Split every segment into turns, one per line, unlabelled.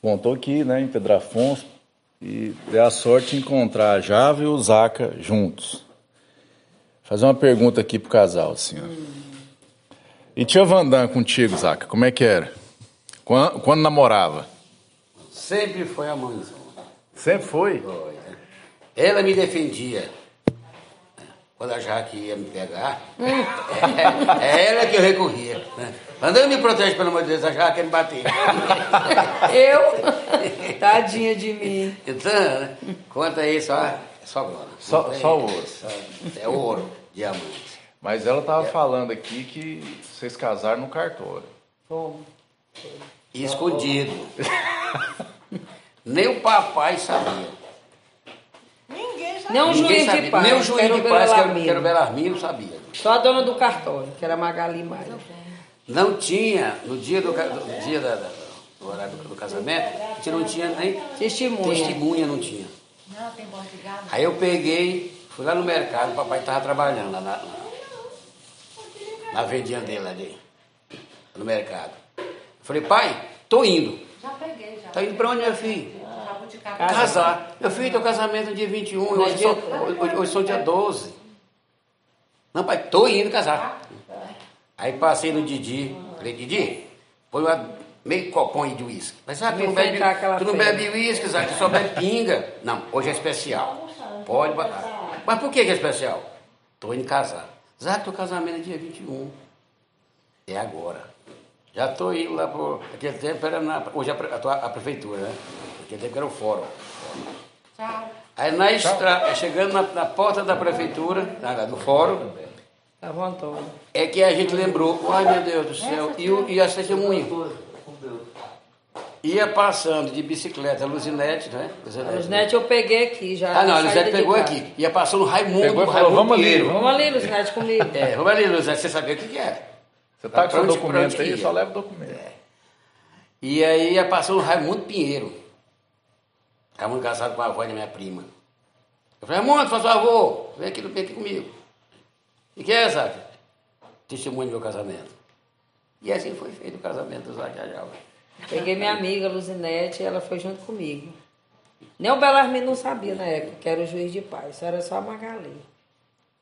Contou aqui, né, em Pedro Afonso, e deu a sorte de encontrar a Java e o Zaca juntos. Fazer uma pergunta aqui pro casal, assim, ó. E tia Vandam contigo, Zaca, como é que era? Quando, quando namorava?
Sempre foi a mãezona.
Sempre foi?
Foi, né? Ela me defendia. Quando a Jaque ia me pegar, é, é ela que eu recorria. Né? Mandando me protege, pelo amor de Deus, a Jaque ia me bater.
Eu? Tadinha de mim.
Então, né? conta aí só, só agora.
Só-
Conta aí.
só ouro.
Só- É ouro, diamante.
Mas ela tava falando aqui que vocês casaram no cartório.
Escondido. Nem o papai sabia.
Ninguém já
Não o
Ninguém
juiz
sabia.
de paz,
Nem o juiz
que era
de
o
paz, que era-
Belarmino.
que era o Belarmino, sabia.
Só a dona do cartório, que era a Magali Maia.
Não tinha, no dia do, ca- do dia da, da- do horário do, do casamento, a gente não tinha nem
Testemunha.
testemunha, não tinha.
Não, tem bordo de gado.
Aí eu peguei, fui lá no mercado, o papai estava trabalhando lá na, na- na vendinha dele ali, no mercado. Eu falei, pai, tô indo.
Já peguei, já.
Tá indo pra onde, meu filho?
Jabuticaba.
Casa.
Casar. Meu filho, teu casamento é dia 21,
Não é
hoje,
dia-
são, hoje, hoje são dia 12. Não, pai, tô indo casar. Aí passei no Didi, falei, Didi, põe uma, meio copão aí de uísque. Mas sabe, tu não
Me
bebe,
enfrentar aquela
tu não
febre.
bebe uísque, sabe, tu só bebe pinga. Não, hoje é especial. Pode botar. Mas por que que é especial? Tô indo casar. Zaque, teu casamento é dia 21. É agora. Já estou indo lá pro. Aquele tempo era na. Hoje é a, pre- a tua- a prefeitura, né? Aquele tempo era o fórum.
Tchau.
Aí na estrada, chegando na, na porta da prefeitura, na- do fórum,
Tava o Tá Antônio.
é que a gente lembrou, ai meu Deus do céu, e, o, e a testemunha. Ia passando de bicicleta, Luzinete, né?
A Ah, Luzinete eu peguei aqui já.
Ah, não, a
na saída
Luzinete
de
pegou
casa.
aqui. Ia passando o Raimundo.
Pegou e falou,
Raimundo
"Vamos ali,
Pinheiro."
Vamos ali, Luzinete, comigo.
É, vamos ali, Luzinete, você sabia o que, que era.
Você tá com
Pra
seu
onde- pra
documento
onde
aí,
ia?
só leva o documento.
E aí ia passando o Raimundo Pinheiro. Raimundo casado com a avó da minha prima. Eu falei, Raimundo, faz favor, vem aqui, vem aqui comigo. E que é, Zaque? Testemunho do meu casamento. E assim foi feito o casamento do Zaque Ajava.
Peguei minha amiga Luzinete e ela foi junto comigo. Nem o Belarmino não sabia na época que era o juiz de paz, isso era só a Magali.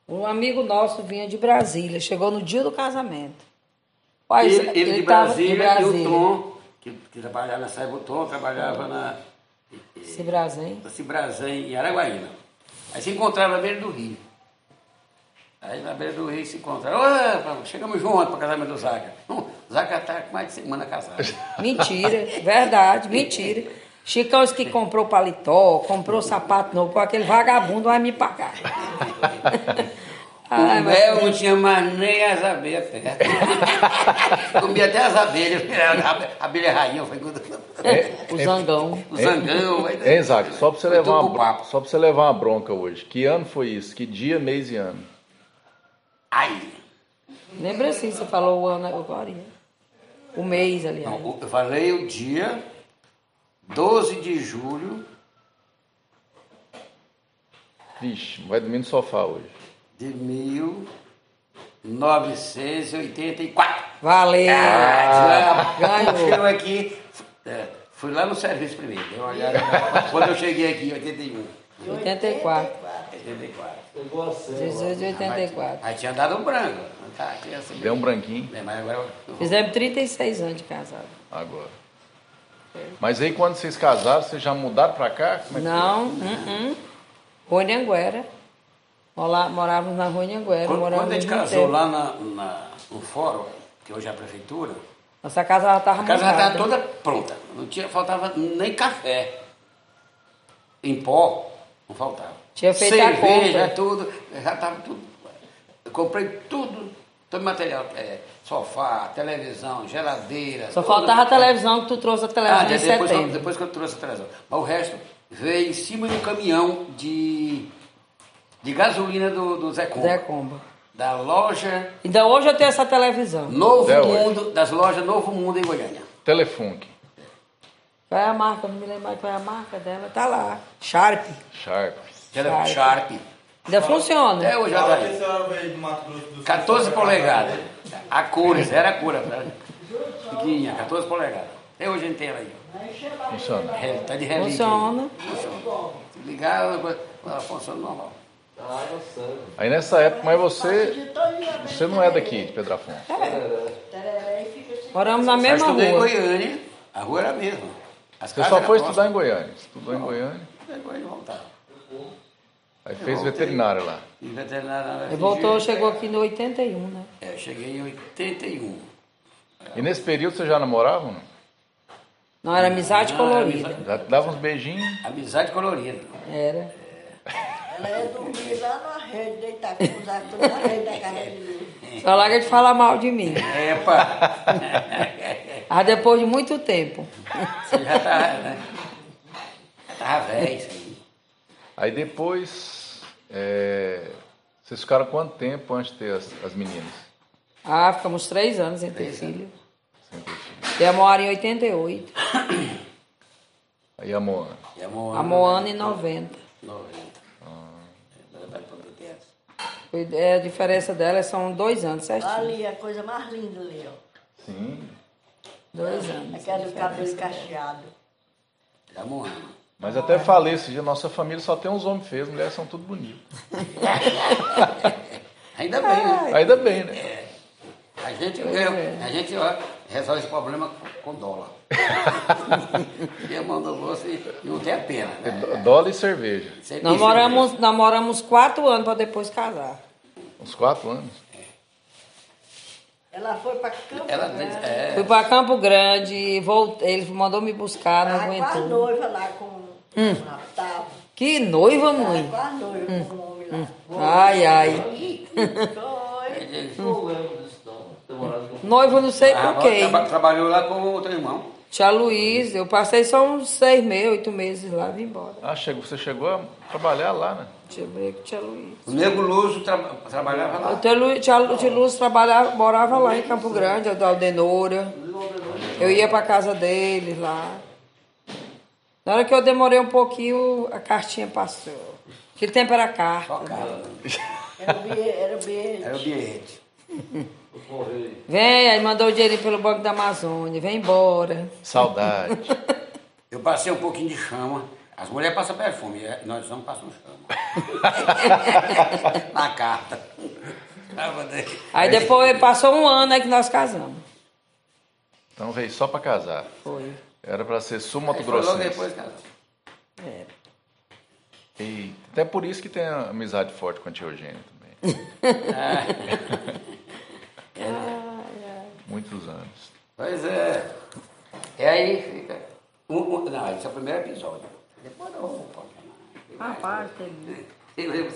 Um amigo nosso vinha de Brasília, chegou no dia do casamento. Olha,
Ele, ele de,
tava
Brasília, e o Tom, que, que trabalhava na Saiba, o Tom trabalhava na,
Esse Brasil.
na Cibrazen, Então, em Araguaína. Aí se encontraram na beira do rio. Aí na beira do rio se encontraram. "Ô, chegamos juntos para o casamento do Zaca. Hum, Zaca está com mais de semana casado.
Mentira, verdade, mentira. Chicão disse que comprou paletó, comprou sapato novo, com aquele vagabundo vai me pagar. Ai,
Ah,
o
mas-
mel
é.
não tinha mais nem as abelhas perto. Comia até as abelhas. A abelha rainha foi quando...
O zangão.
O zangão. vai-
Hein, Zaca, só pra, você
Eu tô
levar uma
com
bronca,
papo.
só pra você levar uma bronca hoje. Que ano foi isso? Que dia, mês e ano?
Ai.
Lembra assim, você falou o ano agora? né? O mês, aliás.
Não, o- eu falei o dia 12 de julho
Vixe, vai dormir no sofá hoje.
de 1984.
Valeu!
Ah,
ganhou.
eu aqui... é, fui lá no serviço primeiro. dei uma olhada. Quando eu cheguei aqui, em 81.
84.
84.
18 de 84.
Aí tinha dado um branco. Tá, tinha assim.
Deu um branquinho
É, mas agora eu vou-
Fizemos 36 anos de casado.
agora. Mas aí quando vocês casaram, vocês já mudaram pra cá? Como é que
Não, uh -uh. Rony Anguera. Mola- morávamos na Rony Anguera.
Quando,
morávamos
quando a gente
muito
casou
tempo.
lá na- na- no fórum, que hoje é a prefeitura,
Nossa casa já estava
a casa já estava
montada.
toda pronta. Não tinha, faltava nem café. Em pó, não faltava.
Tinha feito a
Cerveja,
compra.
tudo, já estava tudo. Eu comprei tudo, todo material, é, sofá, televisão, geladeira.
Só
tudo.
faltava a televisão que tu trouxe a
Ah,
televisão em
depois, que eu,
setembro.
depois que eu trouxe a televisão. Mas o resto veio em cima de um caminhão de, de gasolina do, do Zé Combo.
Zé Comba.
Da loja
Então hoje eu tenho essa televisão.
Novo
Até hoje.
Mundo, das lojas Novo Mundo em Goiânia.
é? Telefunk,
Qual é a marca? Não me lembro mais qual é a marca dela. Tá lá. Sharp.
Sharp.
Telefone
Sharp.
Sharp.
Ainda funciona.
Até hoje ela tá aí.
senhora veio do Mato Grosso do Sul.
14 polegadas. né? A cores, era a cor. Pequinha, 14 polegadas. Até hoje a gente tem ela aí. ó.
Funciona.
Re- Tá de relíquia.
Funciona.
Se Ligar, ela, ela funciona normal.
Aí nessa época, mas você, você não é daqui de Pedro Afonso.
Moramos na
Eu
mesma
estudei em
rua.
Goiânia, a rua era a mesma. As
Você só foi estudar em Goiânia. Estudou em Goiânia,
Goiânia. Depois de voltar.
aí fez veterinária lá.
E veterinário na
Ele voltou,
FG.
chegou aqui no 81, né?
É, eu cheguei em 81.
E nesse período você já namorava? ou Não?
Não, era amizade
Ah,
colorida.
amizade-
Já dava uns beijinhos?
Amizade colorida.
Era.
Ela ia dormir lá na rede, deitar com os atores na rede né, da casa de mim.
Só larga de falar mal de mim.
Epa!
Mas depois de muito tempo.
Você já tá, né? Já tava velho isso aí.
Aí depois, é, vocês ficaram quanto tempo antes de ter as, as meninas?
Ah, ficamos três anos sem ter filho.
Sem ter filho.
Demora em 88.
Aí a Moana.
E a Moana.
A Moana em 90.
90. É, vai pra Prudente.
Foi- é, A diferença dela são dois anos, certinho.
Ali, a coisa mais linda ali, ó.
Sim.
Dois anos.
Aquele cabelo cacheado.
Da Moana.
Mas até falei esse dia, nossa família só tem uns homens feios, mulheres são tudo bonitas.
É,
Ainda bem, né?
Ainda bem, né?
A gente,
é.
eu- a gente ó, resolve esse problema com dólar. Minha mão do bolso e não tem a pena, né?
Dó- Dólar e cerveja.
Sempre
Nós
isso, né?
moramos, nós moramos quatro anos para depois casar.
Uns quatro anos.
Ela foi pra né? Campo
Ela
Grande.
é,
Fui para Campo Grande, voltei, ele mandou me buscar, não
Ela quase
aguentou.
noiva lá com com o Otávio.
Que noiva, mãe!
Ela quase noiva com o homem lá.
Ai, ai.
Foi.
Noivo não sei
a
por
Val
quê.
traba- trabalhou lá com o teu irmão.
Tia Luiz, eu passei só uns seis meses, oito meses lá e vim embora.
Ah, chegou, você chegou a trabalhar lá, né?
Tia Luiz, tia Luiz.
O Nego Luso tra- trabalhava
O
lá.
tia Então, Lu- tia Lu- tia Luz trabalhava, morava lá em Campo Grande, da Aldenora. Eu ia pra casa deles lá. Na hora que eu demorei um pouquinho, a cartinha passou. Aquele tempo era carta.
Tocava.
Era o Bier- Era o Bier-
Era o bilhete.
Vem, aí mandou o dinheiro pelo Banco da Amazônia, vem embora.
Saudade.
Eu passei um pouquinho de chama. As mulheres passam perfume, e nós homens passamos chama. Na carta. Tava dele.
Aí depois passou um ano aí que nós casamos.
Então veio só pra casar.
Foi.
Era pra ser sul
Aí
Mato
foi logo
Grossense.
depois, cara.
É.
E até por isso que tem a amizade forte com a tia Eugênia também. É. Muitos anos.
Pois é. E aí fica. Um, um- não, esse é o primeiro episódio. Depois não, pode.
Rapaz,
Eu lembro